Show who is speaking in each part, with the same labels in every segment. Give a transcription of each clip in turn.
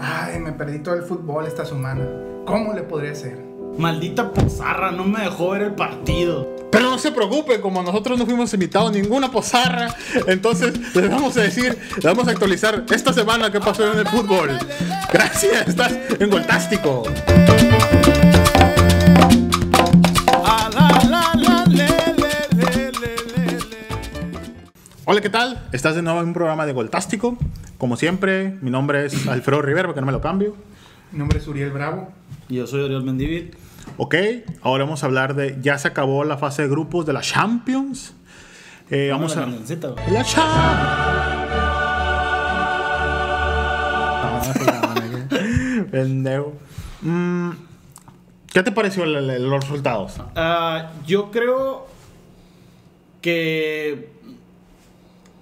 Speaker 1: Ay, me perdí todo el fútbol esta semana. ¿Cómo le podría hacer?
Speaker 2: Maldita pozarra, no me dejó ver el partido.
Speaker 3: Pero no se preocupe, como nosotros no fuimos invitados a ninguna pozarra, entonces les vamos a decir, les vamos a actualizar esta semana qué pasó en el fútbol. Gracias, estás en Goltástico. Hola, ¿qué tal? Estás de nuevo en un programa de Goltástico. Como siempre, mi nombre es Alfredo Rivera, porque no me lo cambio.
Speaker 1: Mi nombre es Uriel Bravo.
Speaker 2: Yo soy Oriol Mendivil.
Speaker 3: Ok, ahora vamos a hablar de. Ya se acabó la fase de grupos de la Champions. Eh, vamos
Speaker 2: la
Speaker 3: a.
Speaker 2: cancioncita, güey.
Speaker 3: ¡La Champions! Pendejo. Mm, ¿Qué te pareció el- el- los resultados?
Speaker 2: Ah, yo creo que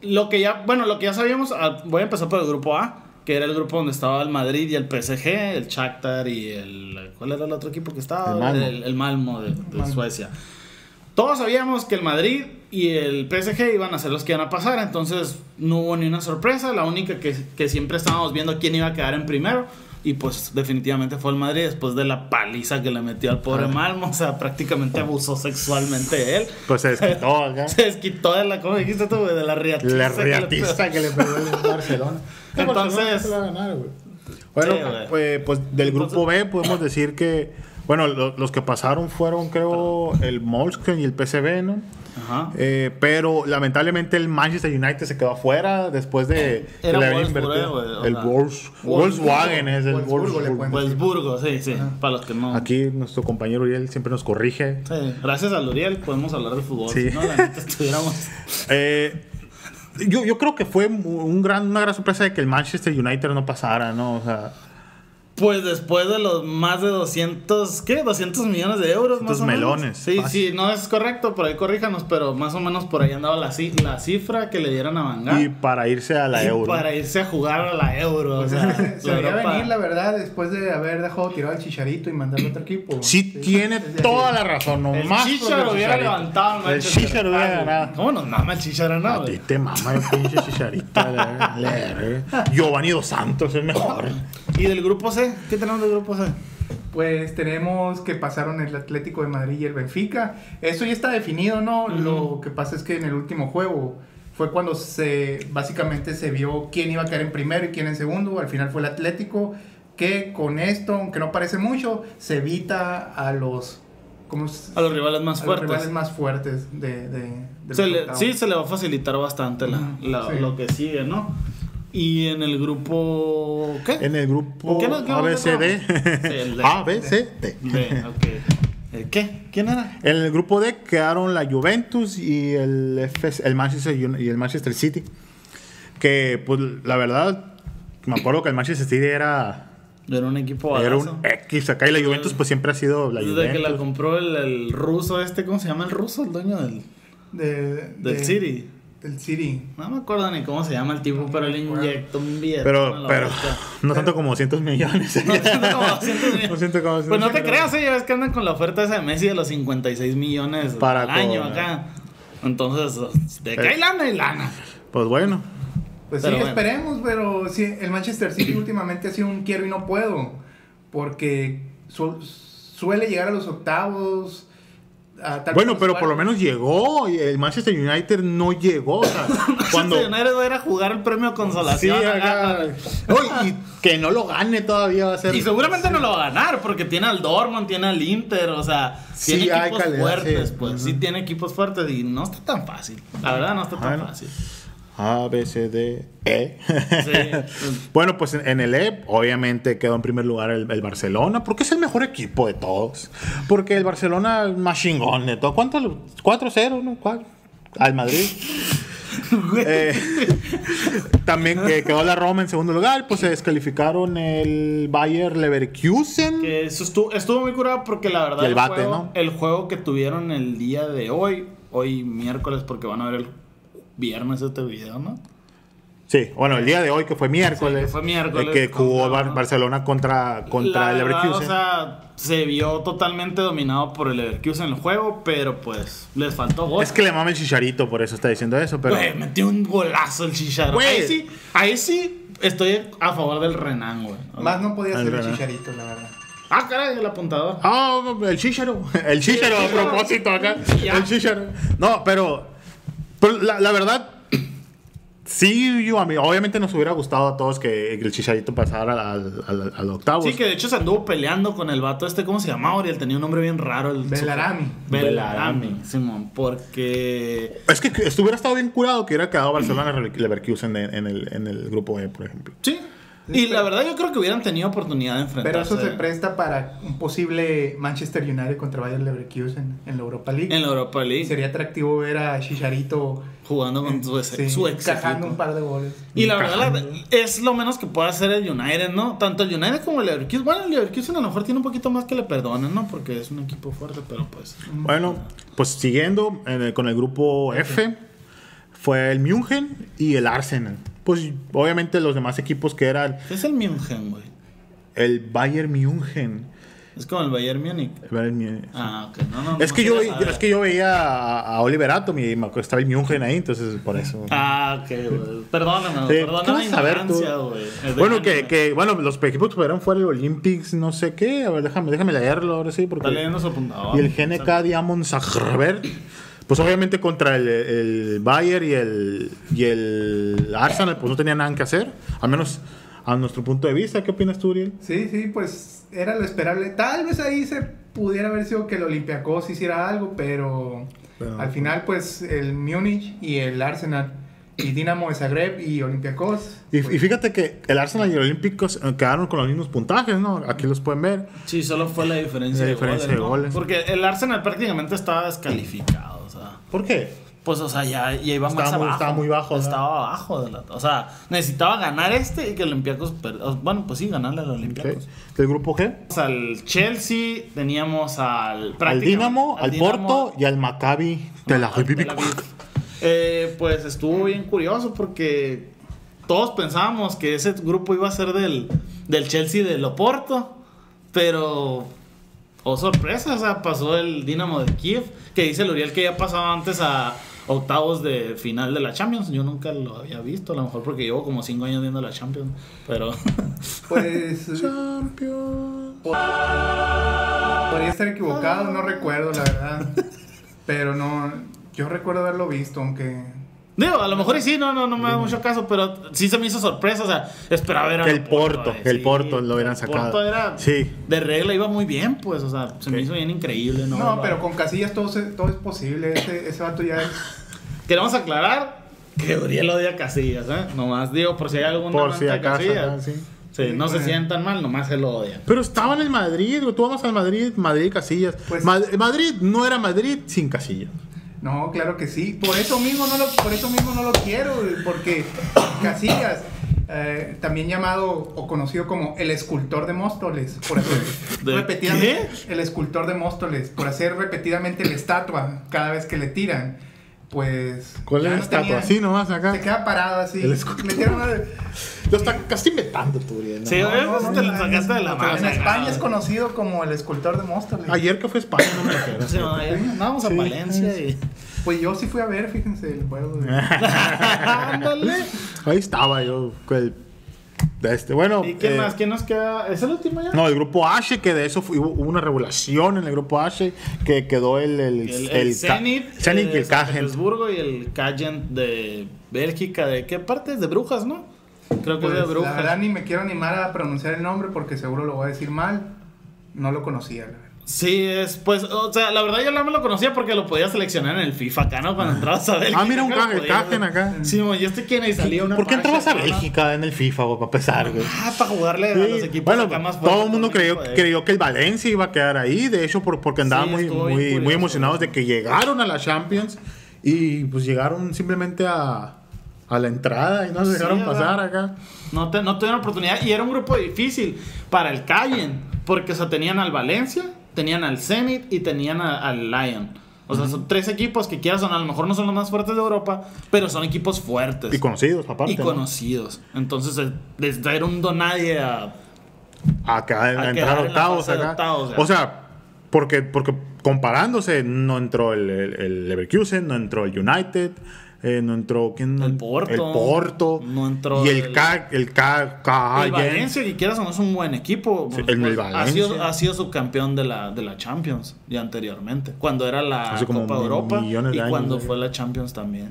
Speaker 2: lo que ya, bueno, lo que ya sabíamos, ah, voy a empezar por el grupo A, que era el grupo donde estaba el Madrid y el PSG, el Shakhtar y el ¿cuál era el otro equipo que estaba?
Speaker 3: El Malmo.
Speaker 2: el Malmo de, de
Speaker 1: Malmo.
Speaker 2: Suecia. Todos sabíamos que el Madrid y el PSG iban a ser los que iban a pasar, entonces no hubo ni una sorpresa, la única que, que siempre estábamos viendo quién iba a quedar en primero. Y pues definitivamente fue el Madrid después de la paliza que le metió al
Speaker 3: Ah.
Speaker 2: pobre Malmo, o sea, prácticamente abusó sexualmente de él.
Speaker 3: Pues se desquitó acá.
Speaker 2: Se desquitó de la, ¿cómo dijiste tú, güey? De la riatiza.
Speaker 3: La
Speaker 2: que le pegó.
Speaker 3: riatista que le pegó el Barcelona. El
Speaker 2: Entonces-
Speaker 3: Barcelona se la va a ganar, güey. Bueno,
Speaker 2: Sí, güey.
Speaker 3: pues, pues, del grupo B podemos decir que, bueno, lo- los que pasaron fueron, creo, el Molsken y el PCB, ¿no?
Speaker 2: Ajá.
Speaker 3: Eh, pero lamentablemente el Manchester United se quedó afuera después de, de
Speaker 2: Era
Speaker 3: le haber
Speaker 2: Wolfsburg,
Speaker 3: invertido.
Speaker 2: eh, güey, o
Speaker 3: el
Speaker 2: sea.
Speaker 3: Wolfs- Volkswagen es el
Speaker 1: Wolfsburgo le
Speaker 3: Wolfsburg.
Speaker 1: cuento.
Speaker 2: Wolfsburgo, Pues sí, sí. Para los que no.
Speaker 3: Aquí nuestro compañero Uriel siempre nos corrige.
Speaker 2: Sí, Gracias a Luriel podemos hablar de fútbol.
Speaker 3: Sí.
Speaker 2: Si no, la neta estuviéramos.
Speaker 3: Eh, yo, yo creo que fue un gran, una gran sorpresa de que el Manchester United no pasara, ¿no? O sea,
Speaker 2: Pues después de los más de 200, ¿qué? 200 millones de euros más
Speaker 3: 200
Speaker 2: o
Speaker 3: melones,
Speaker 2: menos. Sí,
Speaker 3: fácil.
Speaker 2: sí, no es correcto, por ahí corríjanos, pero más o menos por ahí andaba la, ci- la cifra que le dieron a Mangá.
Speaker 3: Y para irse a la
Speaker 2: Ah. Y
Speaker 3: euro.
Speaker 2: para irse a jugar a la Euro. O
Speaker 1: O
Speaker 2: sea,
Speaker 1: sea, Pues, se
Speaker 2: la
Speaker 1: veía
Speaker 2: Europa.
Speaker 1: venir, la verdad, después de haber dejado tirado al chicharito y mandarlo a otro equipo.
Speaker 3: Sí, tiene
Speaker 1: es decir,
Speaker 3: toda la razón, no
Speaker 2: El
Speaker 3: más.
Speaker 2: Chicharo hubiera levantado
Speaker 3: El Chicharo hubiera ganado.
Speaker 2: ¿Cómo nos mama el Chicharo, no?
Speaker 3: A ti
Speaker 2: güey?
Speaker 3: te mama el pinche chicharito. la- la- la- Giovanni Dos Santos es mejor.
Speaker 2: ¿Y del grupo C? ¿Qué tenemos del grupo C?
Speaker 1: Pues tenemos que pasaron el Atlético de Madrid y el Benfica. Eso ya está definido, ¿no? Lo que pasa es que en el último juego fue cuando se básicamente se vio quién iba a caer en primero y quién en segundo. Al final fue el Atlético que con esto, aunque no parece mucho, se evita a los ¿cómo se-
Speaker 2: A los rivales más
Speaker 1: a los
Speaker 2: fuertes.
Speaker 1: rivales más fuertes de, de, de
Speaker 2: Se
Speaker 1: los
Speaker 2: le-
Speaker 1: octavos.
Speaker 2: sí, se le va a facilitar bastante la-
Speaker 1: Ujú,
Speaker 2: la-
Speaker 1: sí.
Speaker 2: lo que sigue, ¿no? Y en el grupo. ¿Qué?
Speaker 3: En el grupo
Speaker 2: ¿Por qué no- qué no- Sí, el
Speaker 3: ABCD.
Speaker 2: de-
Speaker 3: ABCD.
Speaker 2: B, ok. ¿El Eh, qué? ¿Quién era?
Speaker 3: En el grupo D quedaron la Juventus y el, FC el, Manchester, Uni- y el Manchester City. Que, pues, la verdad, me acuerdo que el Manchester City era,
Speaker 2: Era un equipo
Speaker 3: era
Speaker 2: badazo.
Speaker 3: un X acá. Y la Juventus, pues, siempre ha sido la
Speaker 2: Desde que la
Speaker 3: Juventus.
Speaker 2: compró el, el ruso este, ¿cómo se llama el ruso? El dueño del,
Speaker 1: De-
Speaker 2: del
Speaker 1: de-
Speaker 2: City.
Speaker 1: Del City.
Speaker 2: No me acuerdo ni cómo se llama el tipo, pero le inyectó un billete.
Speaker 3: Pero, pero, no tanto como 200 millones.
Speaker 2: No tanto como 200 millones.
Speaker 3: No siento como
Speaker 2: Pues no te
Speaker 3: 200
Speaker 2: creas, ¿eh? ya ves que andan con la oferta esa de Messi de los 56 millones
Speaker 3: Para Eh.
Speaker 2: al año
Speaker 3: con-
Speaker 2: acá. Entonces, de que hay lana, hay lana.
Speaker 3: Pues bueno.
Speaker 1: Pues
Speaker 2: Pero
Speaker 1: sí,
Speaker 2: bueno.
Speaker 1: esperemos, pero sí, el Manchester City últimamente ha sido un quiero y no puedo, porque su- suele llegar a los octavos. a tal-
Speaker 3: Bueno, pero por lo menos llegó. y El Manchester United no llegó. o sea, cuando.
Speaker 2: Cuando va a ir a jugar el premio
Speaker 3: Sí,
Speaker 2: consolación. acá.
Speaker 3: acá. Oye, y que no lo gane todavía va a ser.
Speaker 2: Y seguramente no lo va a ganar porque tiene al Dortmund, tiene al Inter, o sea,
Speaker 3: Sí,
Speaker 2: tiene
Speaker 3: hay
Speaker 2: equipos
Speaker 3: calidad,
Speaker 2: fuertes,
Speaker 3: sí.
Speaker 2: pues sí tiene equipos fuertes y no está tan fácil. La verdad no está tan
Speaker 3: Bueno.
Speaker 2: fácil.
Speaker 3: A, B, C, D, E.
Speaker 2: Sí.
Speaker 3: bueno, pues en, en el E, obviamente quedó en primer lugar el, el Barcelona, porque es el mejor equipo de todos. Porque el Barcelona es más chingón de todos. ¿Cuánto? lo- 4-0, ¿no? ¿Cuál? Al Madrid.
Speaker 2: Güey.
Speaker 3: Eh, también eh, quedó la Roma en segundo lugar. Pues se descalificaron el Bayer Leverkusen.
Speaker 2: Que eso estuvo, estuvo muy curado porque la verdad
Speaker 3: Y el bate,
Speaker 2: juego,
Speaker 3: ¿no?
Speaker 2: el juego que tuvieron el día de hoy, hoy miércoles, porque van a ver el viernes este video, ¿no?
Speaker 3: Sí, bueno, el día de hoy que fue miércoles.
Speaker 2: Sí, que fue miércoles.
Speaker 3: eh, que jugó
Speaker 2: Contra-
Speaker 3: Bar- Barcelona contra,
Speaker 2: La
Speaker 3: contra el
Speaker 2: verdad,
Speaker 3: Leverkusen.
Speaker 2: o sea, se vio totalmente dominado por el Leverkusen en el juego, pero pues les faltó gol.
Speaker 3: es que le mama el chicharito, por eso está diciendo eso. Pero
Speaker 2: Güey, metió un golazo el Chicharro.
Speaker 3: Güey.
Speaker 2: Ahí sí, ahí sí, estoy a favor del Renan, güey.
Speaker 1: Más no podía
Speaker 3: Al
Speaker 1: ser el
Speaker 3: revés.
Speaker 1: chicharito, la verdad.
Speaker 2: Ah, caray, el apuntador.
Speaker 3: Ah, el chicharo. El chicharo, a propósito acá.
Speaker 2: Ya.
Speaker 3: El chicharo. No, pero. pero la, la verdad. Sí, yo a mí. Obviamente nos hubiera gustado a todos que el chicharito pasara al, al, al octavo.
Speaker 2: Sí, que de hecho se anduvo peleando con el vato este, ¿cómo se llamaba? Oriel tenía un nombre bien raro. El
Speaker 1: Belarami.
Speaker 2: Belarami, Simón, porque...
Speaker 3: Es que estuviera estado bien curado que hubiera quedado Barcelona Leverkusen en, en el, en el grupo E, por ejemplo.
Speaker 2: Sí. Y la verdad yo creo que hubieran tenido oportunidad de enfrentarse.
Speaker 1: Pero eso se presta para un posible Manchester United contra Bayern Leverkusen en la Europa League.
Speaker 2: En la Europa League,
Speaker 1: Sería atractivo ver a Chicharito
Speaker 2: jugando con su, ex-
Speaker 1: sí,
Speaker 2: su ex
Speaker 1: cajando
Speaker 2: equipo.
Speaker 1: un par de goles.
Speaker 2: Y la verdad,
Speaker 3: Cajando.
Speaker 2: la- es lo menos que puede hacer el United, ¿no? Tanto el United como el Leverkusen. Bueno, el Leverkusen a lo mejor tiene un poquito más que le perdonan, ¿no? Porque es un equipo fuerte, pero pues.
Speaker 3: Bueno, pues siguiendo en el- con el grupo F, fue el München y el Arsenal. Pues obviamente los demás equipos que eran
Speaker 2: Es el München, güey.
Speaker 3: el Bayern München.
Speaker 2: Es como el Bayern Múnich.
Speaker 3: El Bayern München.
Speaker 2: Ah, ok. No, no.
Speaker 3: Es
Speaker 2: no
Speaker 3: que, yo,
Speaker 2: quería
Speaker 3: ve-
Speaker 2: saber.
Speaker 3: es que yo veía a, a Oliver Atom y me acuerdo, estaba el München ahí, entonces por eso.
Speaker 2: Ah, ok, güey. Perdóname,
Speaker 3: Sí, ¿qué
Speaker 2: perdóname
Speaker 3: vas
Speaker 2: la
Speaker 3: a ver tú?
Speaker 2: ignorancia, güey. Es de
Speaker 3: Bueno, que,
Speaker 2: anime.
Speaker 3: que bueno, los equipos que fueron fuera el Olympics, no sé qué. A ver, déjame, déjame leerlo ahora sí. Porque...
Speaker 2: Está leyendo su apuntador.
Speaker 3: Y el GNK Diamond Zagreb, pues obviamente contra el, el Bayern y el, y el Arsenal, pues no tenía nada que hacer, al menos a nuestro punto de vista. ¿Qué opinas tú, Uriel?
Speaker 1: Sí, sí, pues era lo esperable. Tal vez ahí se pudiera haber sido que el Olympiacos hiciera algo, pero,
Speaker 3: Pero-
Speaker 1: al final pues el Múnich y el Arsenal y Dinamo de Zagreb y Olympiacos.
Speaker 3: Y,
Speaker 1: pues,
Speaker 3: y fíjate que el Arsenal y el Olímpicos eh, quedaron con los mismos puntajes, ¿no? Aquí los pueden ver.
Speaker 2: Sí, solo fue la diferencia,
Speaker 3: La diferencia
Speaker 2: de, goles,
Speaker 3: de
Speaker 2: ¿no?
Speaker 3: goles.
Speaker 2: Porque el Arsenal prácticamente estaba descalificado, o sea.
Speaker 3: ¿Por qué?
Speaker 2: Pues, o sea, ya, ya iba
Speaker 3: Estaba
Speaker 2: más
Speaker 3: muy-
Speaker 2: abajo.
Speaker 3: estaba muy bajo, ¿no?
Speaker 2: Estaba abajo. De la, o sea, necesitaba ganar este y que el Olympiacos... per- o- Bueno, pues sí, ganarle al Olympiacos.
Speaker 3: Sí. ¿Del grupo G?
Speaker 2: Teníamos al Chelsea, teníamos al...
Speaker 3: Al
Speaker 2: prácticamente-
Speaker 3: Dinamo, al,
Speaker 2: Dinamo,
Speaker 3: Porto y al Maccabi de la
Speaker 2: al Tel Aviv. Eh, pues estuvo bien curioso porque todos pensábamos que ese grupo iba a ser del, del Chelsea del Oporto, pero... Oh, sorpresa, o sea, pasó el Dinamo de Kiev, que dice el Uriel que ya pasaba antes a octavos de final de la Champions. Yo nunca lo había visto, a lo mejor porque llevo como cinco años viendo la Champions, pero...
Speaker 1: pues
Speaker 3: Champions.
Speaker 1: podría estar equivocado, no recuerdo la verdad. Pero no, yo recuerdo haberlo visto, aunque...
Speaker 2: Digo, a lo mejor y sí, no, no, no me da mucho caso, pero sí se me hizo sorpresa, o sea, esperaba ver al
Speaker 3: El Porto,
Speaker 2: eh,
Speaker 3: el
Speaker 2: sí,
Speaker 3: Porto lo hubieran
Speaker 2: el
Speaker 3: sacado.
Speaker 2: Porto era,
Speaker 3: Sí.
Speaker 2: de regla iba muy bien, pues, o sea, se me
Speaker 3: Ok.
Speaker 2: hizo bien increíble, ¿no?
Speaker 1: No, pero con Casillas todo, se- todo es posible. Ese, ese vato ya es...
Speaker 2: Queremos aclarar que Uriel odia Casillas, ¿eh? Nomás digo, por si hay algún
Speaker 3: Por
Speaker 2: amante
Speaker 3: si
Speaker 2: de
Speaker 3: acaso.
Speaker 2: Casillas.
Speaker 3: ah, sí.
Speaker 2: Sí, pues. no se
Speaker 1: Bueno.
Speaker 2: sientan mal, nomás se lo odian.
Speaker 3: Pero estaba en el Madrid, güey. tú vamos al Madrid, Madrid Casillas.
Speaker 1: Pues-
Speaker 3: Mad- Madrid no era Madrid sin Casillas.
Speaker 1: No, claro que sí. Por eso mismo no lo, por eso mismo no lo quiero, porque Casillas, eh, también llamado o conocido como el escultor de Móstoles, por hacer
Speaker 2: ¿De
Speaker 1: repetidamente el escultor de Móstoles, por hacer repetidamente la estatua cada vez que le tiran, pues.
Speaker 3: ¿Cuál
Speaker 1: ya
Speaker 3: era la
Speaker 1: no
Speaker 3: estatua?
Speaker 1: tenía-
Speaker 3: Así nomás acá.
Speaker 1: Se queda parado así.
Speaker 3: El escultor.
Speaker 1: Metieron una-
Speaker 3: Lo está casi inventando tú, Uriel, ¿no?
Speaker 2: Sí,
Speaker 1: No,
Speaker 2: ¿ves?
Speaker 1: no, no,
Speaker 2: te lo
Speaker 1: no,
Speaker 2: sacaste de la
Speaker 1: en
Speaker 2: mano.
Speaker 1: España es conocido como el escultor de Móstoles.
Speaker 3: Ayer que fue España, no me acuerdo.
Speaker 2: Sí, no, ya andábamos a
Speaker 3: Sí.
Speaker 2: Valencia y...
Speaker 1: Pues yo sí fui a ver, fíjense, el juego. de-
Speaker 2: Ándale.
Speaker 3: Ahí estaba yo. con El, de este. Bueno,
Speaker 2: ¿Y qué
Speaker 3: eh,
Speaker 2: más? ¿Quién nos queda? ¿Es el último ya?
Speaker 3: No, el grupo H, que de eso fue- hubo hubo una regulación en el grupo H, que quedó el... El,
Speaker 2: El, el,
Speaker 3: Ca-
Speaker 2: Zenit,
Speaker 3: Zenit
Speaker 2: eh,
Speaker 3: y el
Speaker 2: San
Speaker 3: Cagen.
Speaker 2: Petersburgo y el Cayen de Bélgica. ¿De qué parte? De Brujas, ¿no? Creo que
Speaker 1: Pues,
Speaker 2: es de
Speaker 1: la verdad
Speaker 2: Brujas.
Speaker 1: ni me quiero animar a pronunciar el nombre porque seguro lo voy a decir mal. No lo conocía, la verdad.
Speaker 2: Sí, es, pues, o sea, la verdad yo no me lo conocía porque lo podía seleccionar en el FIFA acá, ¿no? Cuando entrabas a Bélgica.
Speaker 3: Ah, mira, un
Speaker 2: acá lo
Speaker 3: Cagen,
Speaker 2: podías-
Speaker 3: Cagen acá.
Speaker 2: Sí, mo, ¿y este quién ahí salía una
Speaker 3: ¿Por qué entrabas a
Speaker 2: pacha, ¿no?
Speaker 3: Bélgica en el FIFA, güey, para empezar, güey?
Speaker 2: Ah, para jugarle a los
Speaker 3: Sí,
Speaker 2: equipos
Speaker 3: bueno,
Speaker 2: acá más
Speaker 3: todo
Speaker 2: fuertes,
Speaker 3: el mundo
Speaker 2: ¿no?
Speaker 3: creyó,
Speaker 2: Pues,
Speaker 3: creyó que el Valencia iba a quedar ahí, de hecho, por, porque andaban
Speaker 2: Sí,
Speaker 3: muy,
Speaker 2: estuvo
Speaker 3: muy,
Speaker 2: bien
Speaker 3: muy
Speaker 2: curioso,
Speaker 3: emocionados
Speaker 2: ¿no?
Speaker 3: de que llegaron a la Champions y pues llegaron simplemente a, a la entrada y no se
Speaker 2: Sí,
Speaker 3: dejaron
Speaker 2: ¿verdad?
Speaker 3: pasar acá.
Speaker 2: No, te- no tuvieron oportunidad y era un grupo difícil para el Cayen, porque o sea, tenían al Valencia, tenían al Zenit y tenían a- al Lyon. O sea, son tres equipos que quieras son, a lo mejor no son los más fuertes de Europa, pero son equipos fuertes
Speaker 3: Y conocidos, aparte.
Speaker 2: y
Speaker 3: ¿no?
Speaker 2: conocidos. Entonces, eh, les era un donadie a...
Speaker 3: Acá,
Speaker 2: A
Speaker 3: a
Speaker 2: quedar
Speaker 3: entrar
Speaker 2: en la
Speaker 3: octavos
Speaker 2: fase de
Speaker 3: acá.
Speaker 2: octavos, ya.
Speaker 3: o sea, porque, porque comparándose, no entró el, el, el Leverkusen, no entró el United, eh, no entró. ¿quién?
Speaker 2: El Porto.
Speaker 3: El Porto.
Speaker 2: No entró
Speaker 3: Y el,
Speaker 2: el-
Speaker 3: K. El K. K-
Speaker 2: el Valencia, que quieras o no, es un buen equipo.
Speaker 3: Ah, Sí, el
Speaker 2: ha, sido,
Speaker 3: Valencia.
Speaker 2: ha sido subcampeón de la, de la Champions ya anteriormente. Cuando era la
Speaker 3: Hace como
Speaker 2: Copa
Speaker 3: mi-
Speaker 2: Europa y
Speaker 3: millones de años,
Speaker 2: cuando
Speaker 3: güey.
Speaker 2: fue la Champions también.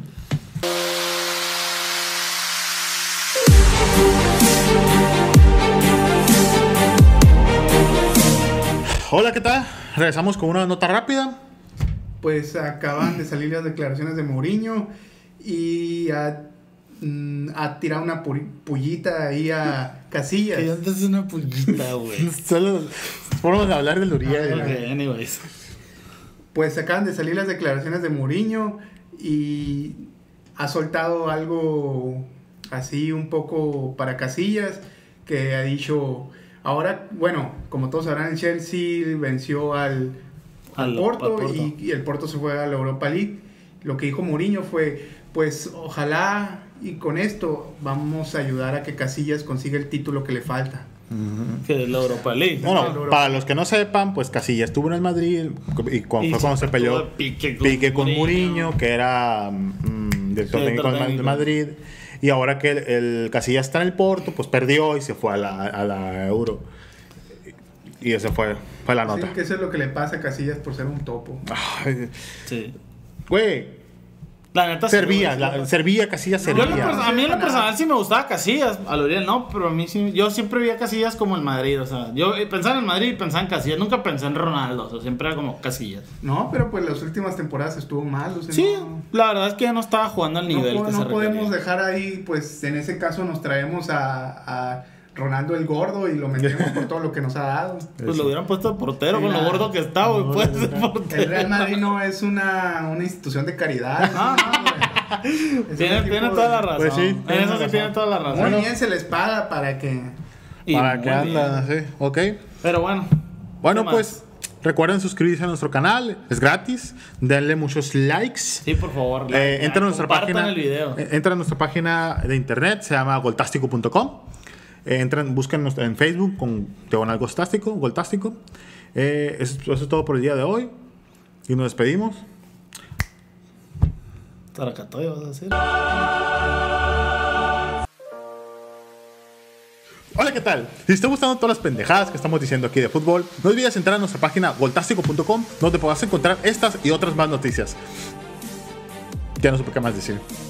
Speaker 3: Hola, ¿qué tal? Regresamos con una nota rápida.
Speaker 1: Pues acaban de salir las declaraciones de Mourinho y ha, mm, ha tirado una puri- pullita ahí a Casillas.
Speaker 2: Que antes es una pullita, güey.
Speaker 3: Solo formas de hablar del Uriel. güey.
Speaker 2: Ok, anyways.
Speaker 1: Pues acaban de salir las declaraciones de Mourinho y ha soltado algo así un poco para casillas que ha dicho ahora, bueno, como todos sabrán, el Chelsea venció al, al
Speaker 2: Al-
Speaker 1: Porto,
Speaker 2: al Porto.
Speaker 1: Y, y el Porto se fue a la Europa League. Lo que dijo Mourinho fue, pues ojalá y con esto vamos a ayudar a que Casillas consiga el título que le falta.
Speaker 2: Que es la Europa League.
Speaker 1: Ah,
Speaker 3: Bueno,
Speaker 1: Europa.
Speaker 3: para los que no sepan, pues Casillas estuvo en el Madrid y cu-
Speaker 2: Y
Speaker 3: fue cuando se
Speaker 2: siempre
Speaker 3: peleó
Speaker 2: tuvo pique con
Speaker 3: Pique con
Speaker 2: Mourinho.
Speaker 3: Mourinho, que era mm, director
Speaker 2: Sí,
Speaker 3: técnico del Ma- del
Speaker 2: técnico.
Speaker 3: Madrid. Y ahora que el, el Casillas está en el Porto, pues perdió y se fue a la, a la Euro. Y esa fue, fue la
Speaker 1: Así
Speaker 3: nota.
Speaker 1: que eso es lo que le pasa a Casillas por ser un topo.
Speaker 3: Ay,
Speaker 2: Sí.
Speaker 3: Güey,
Speaker 2: La neta sí,
Speaker 3: servía,
Speaker 2: güey.
Speaker 3: la- servía, Casillas
Speaker 2: Yo en lo
Speaker 1: no,
Speaker 2: perso-
Speaker 1: no,
Speaker 3: servía.
Speaker 2: a mí en lo
Speaker 1: no.
Speaker 2: personal sí me gustaba Casillas, a Luriel no, pero a mí sí, yo siempre veía Casillas como el Madrid, o sea, yo eh, pensaba en el Madrid y pensaba en Casillas, nunca pensé en Ronaldo, o sea, siempre era como Casillas.
Speaker 1: No, pero pues las últimas temporadas estuvo mal. o sea,
Speaker 2: Sí,
Speaker 1: no-
Speaker 2: la verdad es que ya no estaba jugando al
Speaker 1: No,
Speaker 2: nivel
Speaker 1: po-
Speaker 2: que
Speaker 1: no
Speaker 2: se
Speaker 1: podemos
Speaker 2: requería.
Speaker 1: dejar ahí, pues en ese caso nos traemos a, a Ronaldo el Gordo y lo metemos por todo lo que nos ha dado.
Speaker 2: Pues lo hubieran puesto de portero
Speaker 1: Sí,
Speaker 2: con lo
Speaker 1: la-
Speaker 2: gordo que está, güey,
Speaker 3: no,
Speaker 2: puede
Speaker 3: la
Speaker 2: ser
Speaker 3: verdad.
Speaker 1: El
Speaker 2: portero.
Speaker 1: Real Madrid no es una, una institución de caridad.
Speaker 2: Ah,
Speaker 1: no, güey. Es un
Speaker 2: Tiene,
Speaker 1: equipo
Speaker 2: tiene
Speaker 1: de-
Speaker 2: toda la razón.
Speaker 3: Pues sí,
Speaker 2: en
Speaker 3: tiene
Speaker 2: eso sí
Speaker 3: razón.
Speaker 2: tiene toda la
Speaker 1: Muy
Speaker 2: razón.
Speaker 1: bien se les paga para que...
Speaker 2: Y
Speaker 3: Para
Speaker 2: muy
Speaker 3: que
Speaker 2: bien.
Speaker 3: anda, sí, ok.
Speaker 2: Pero bueno.
Speaker 3: Bueno,
Speaker 2: ¿qué más?
Speaker 3: pues recuerden suscribirse a nuestro canal, es gratis. Denle muchos likes.
Speaker 2: Sí, por favor.
Speaker 3: Eh,
Speaker 2: like,
Speaker 3: entra a
Speaker 2: like,
Speaker 3: nuestra
Speaker 2: compartan
Speaker 3: página.
Speaker 2: el video.
Speaker 3: eh, Entra a nuestra página de internet, se llama goltástico.com. Eh, entran, buscan nos- en Facebook con Diagonal Goltástico. Goltástico. Eh, eso, eso es todo por el día de hoy. Y nos despedimos.
Speaker 2: Taracatoy, vas a decir.
Speaker 3: Hola, ¿qué tal? Si te está gustando todas las pendejadas que estamos diciendo aquí de fútbol, no olvides entrar a nuestra página goltástico.com donde podrás encontrar estas y otras más noticias. Ya no supe qué más decir.